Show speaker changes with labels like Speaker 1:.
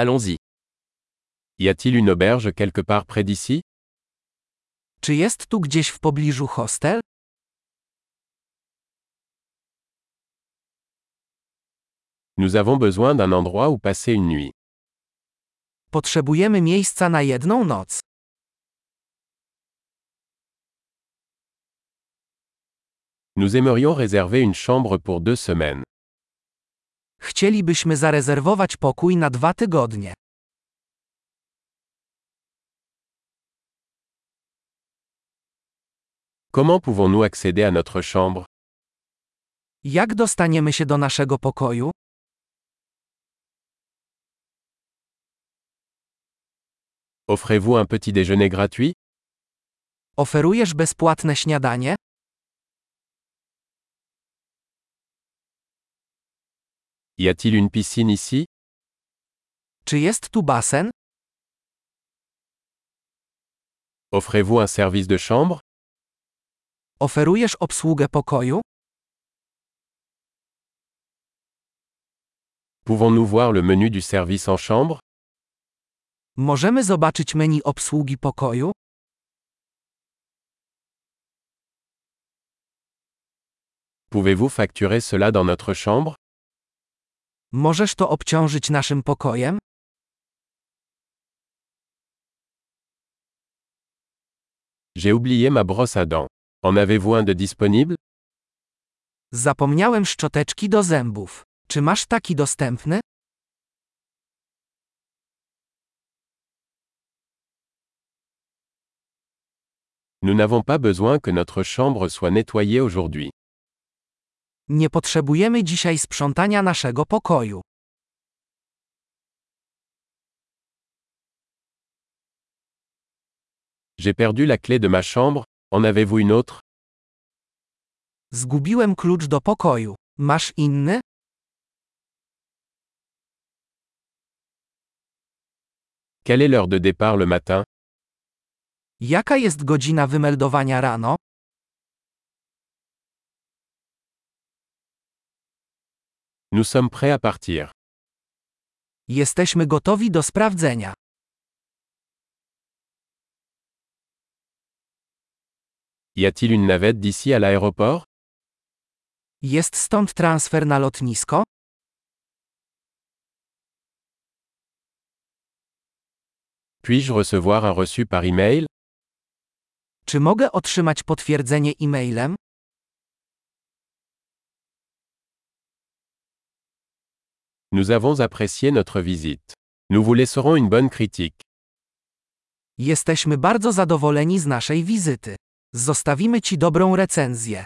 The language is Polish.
Speaker 1: Allons-y. Y a-t-il une auberge quelque part près d'ici
Speaker 2: Czy jest tu gdzieś w pobliżu hostel?
Speaker 1: Nous avons besoin d'un endroit où passer une nuit.
Speaker 2: Potrzebujemy miejsca na jedną noc.
Speaker 1: Nous aimerions réserver une chambre pour deux semaines.
Speaker 2: Chcielibyśmy zarezerwować pokój na dwa tygodnie.
Speaker 1: Comment pouvons-nous accéder à notre chambre
Speaker 2: Jak dostaniemy się do naszego pokoju?
Speaker 1: Offrez-vous un petit déjeuner gratuit
Speaker 2: Oferujesz bezpłatne śniadanie?
Speaker 1: Y a-t-il une piscine ici
Speaker 2: Czy jest tu basen?
Speaker 1: Offrez-vous un service de chambre
Speaker 2: Oferujesz obsługę pokoju?
Speaker 1: Pouvons-nous voir le menu du service en chambre
Speaker 2: Możemy zobaczyć menu obsługi pokoju?
Speaker 1: Pouvez-vous facturer cela dans notre chambre
Speaker 2: Możesz to obciążyć naszym pokojem?
Speaker 1: J'ai oublié ma brosse à dents. En avez-vous un de disponible
Speaker 2: Zapomniałem szczoteczki do zębów. Czy masz taki dostępny?
Speaker 1: Nous n'avons pas besoin que notre chambre soit nettoyée aujourd'hui.
Speaker 2: Nie potrzebujemy dzisiaj sprzątania naszego pokoju.
Speaker 1: J'ai perdu la clé de ma chambre. En avez-vous une autre
Speaker 2: Zgubiłem klucz do pokoju. Masz inny?
Speaker 1: Quelle est l'heure de départ le matin
Speaker 2: Jaka jest godzina wymeldowania rano?
Speaker 1: Nous sommes prêts à partir.
Speaker 2: Jesteśmy gotowi do sprawdzenia.
Speaker 1: Y a-t-il une navette d'ici à l'aéroport
Speaker 2: Jest stąd transfer na lotnisko?
Speaker 1: Puis-je recevoir un reçu par email
Speaker 2: Czy mogę otrzymać potwierdzenie e-mailem?
Speaker 1: Nous avons apprécié notre visite. Nous vous laisserons une bonne critique.
Speaker 2: Jesteśmy bardzo zadowoleni z naszej wizyty. Zostawimy Ci dobrą recenzję.